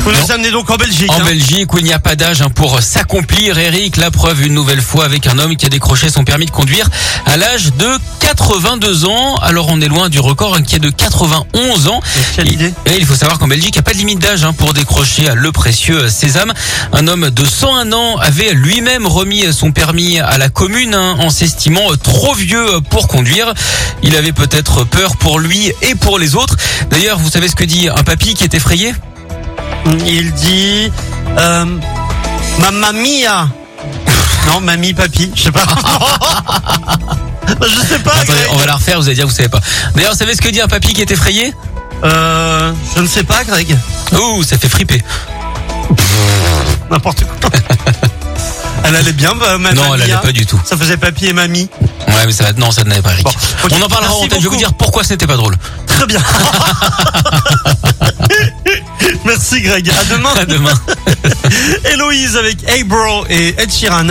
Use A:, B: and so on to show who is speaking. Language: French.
A: Vous nous amenez donc en Belgique.
B: En
A: hein.
B: Belgique, où il n'y a pas d'âge hein, pour s'accomplir, Eric, la preuve une nouvelle fois avec un homme qui a décroché son permis de conduire à l'âge de 82 ans. Alors on est loin du record hein, qui est de 91 ans.
A: Quelle
B: Et-
A: idée.
B: et il faut savoir qu'en Belgique, il n'y a pas de limite d'âge hein, pour décrocher le précieux euh, sésame. Un homme de 101 ans avait lui-même remis euh, son permis à la commune hein, en s'estimant trop vieux euh, pour conduire. Il avait peut-être peur pour lui et pour les autres. D'ailleurs, vous savez ce que dit un papy qui est effrayé
A: Il dit euh, Mamma mia. non, mamie, papy, je sais pas. je sais pas.
B: Attendez,
A: Greg.
B: on va la refaire, vous allez dire, vous savez pas. D'ailleurs, vous savez ce que dit un papy qui est effrayé
A: Euh, je ne sais pas, Greg.
B: Ouh, ça fait flipper.
A: Ah, N'importe quoi. elle allait bien, bah, ma
B: non, elle
A: mamie,
B: allait
A: hein.
B: pas du tout.
A: Ça faisait papy et mamie.
B: Ouais, mais ça, va- non, ça n'avait pas, Eric.
A: Bon, ok,
B: On en parlera en
A: merci
B: tête, je vais vous
A: beaucoup.
B: dire pourquoi ce n'était pas drôle.
A: Très bien. Merci Greg. À demain.
B: À demain.
A: Héloïse avec Hey Bro et Ed Sheeran.